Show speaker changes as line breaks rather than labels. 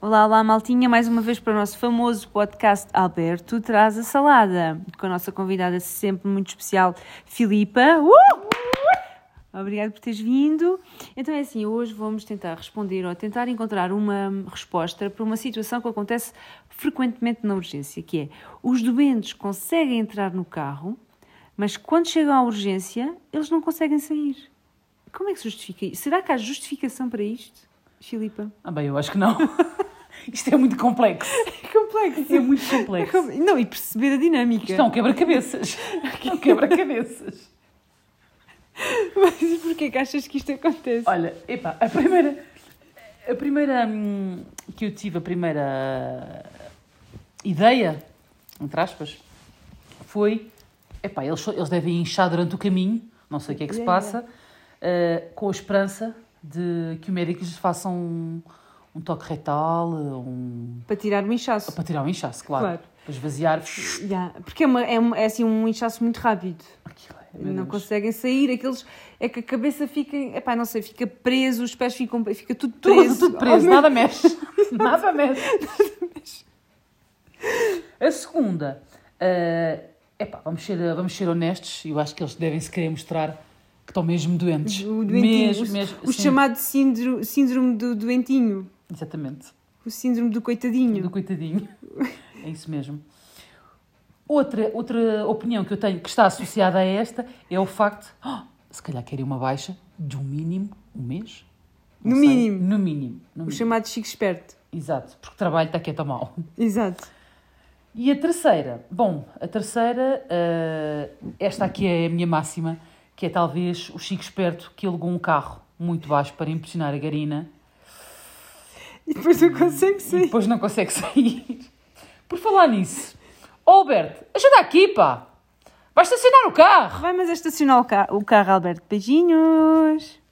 Olá, olá, maltinha, mais uma vez para o nosso famoso podcast Alberto Traz a Salada, com a nossa convidada sempre muito especial, Filipa. Uh! Obrigado por teres vindo. Então é assim, hoje vamos tentar responder ou tentar encontrar uma resposta para uma situação que acontece frequentemente na urgência, que é os doentes conseguem entrar no carro, mas quando chegam à urgência, eles não conseguem sair. Como é que se justifica isso? Será que há justificação para isto, Filipa?
Ah, bem, eu acho que não. Isto é muito complexo.
É complexo.
É muito complexo.
Não, e perceber a dinâmica.
Isto é um quebra-cabeças. É um quebra-cabeças.
Mas porquê que achas que isto acontece?
Olha, epá, a primeira. A primeira. hum, que eu tive, a primeira. ideia, entre aspas, foi. Epá, eles, só- eles devem inchar durante o caminho, não sei o que é que se
Yeah,
passa, eh, com a esperança de que o médico lhes faça um, um toque retal, um,
Para tirar um inchaço.
para tirar o inchaço, claro.
Claro.
Para esvaziar.
Ya, Porque é, uma- é um- é assim um inchaço muito rápido.
Aquilo é, meu
Não
Deus.
conseguem sair. Aqueles. É que a cabeça fica. Epá, não sei, fica preso, os pés ficam. Fica tudo
Tudo,
preso.
tudo
Oh,
preso,
meu-
nada mexe. Nada mexe. A segunda, eh, epá, vamos ser, vamos ser honestos, eu acho que eles devem se querer mostrar que estão mesmo doentes.
O doentinho.
Mesmo,
o-
mesmo.
o
sim,
chamado síndrome, síndrome do doentinho.
Exatamente.
O síndrome do coitadinho.
Do coitadinho. É isso mesmo. Outra, outra opinião que eu tenho que está associada a esta é o facto, "Ah, se calhar querem uma baixa de um mínimo, um mês? Não
No
sei.
mínimo.
No mínimo. No
O
mínimo.
chamado chico esperto.
Exato, porque o trabalho está quieto a mal.
Exato.
E a terceira? Bom, a terceira, eh, esta aqui é a minha máxima, que é talvez o Chico Esperto que alugou um carro muito baixo para impressionar a Garina
E depois não consegue
e
sair.
depois não consegue sair. Por falar nisso, ó Alberto, ajuda aqui, pá! Vai estacionar o carro!
Vai, mas é estacionar o, ca o carro, Alberto. Beijinhos.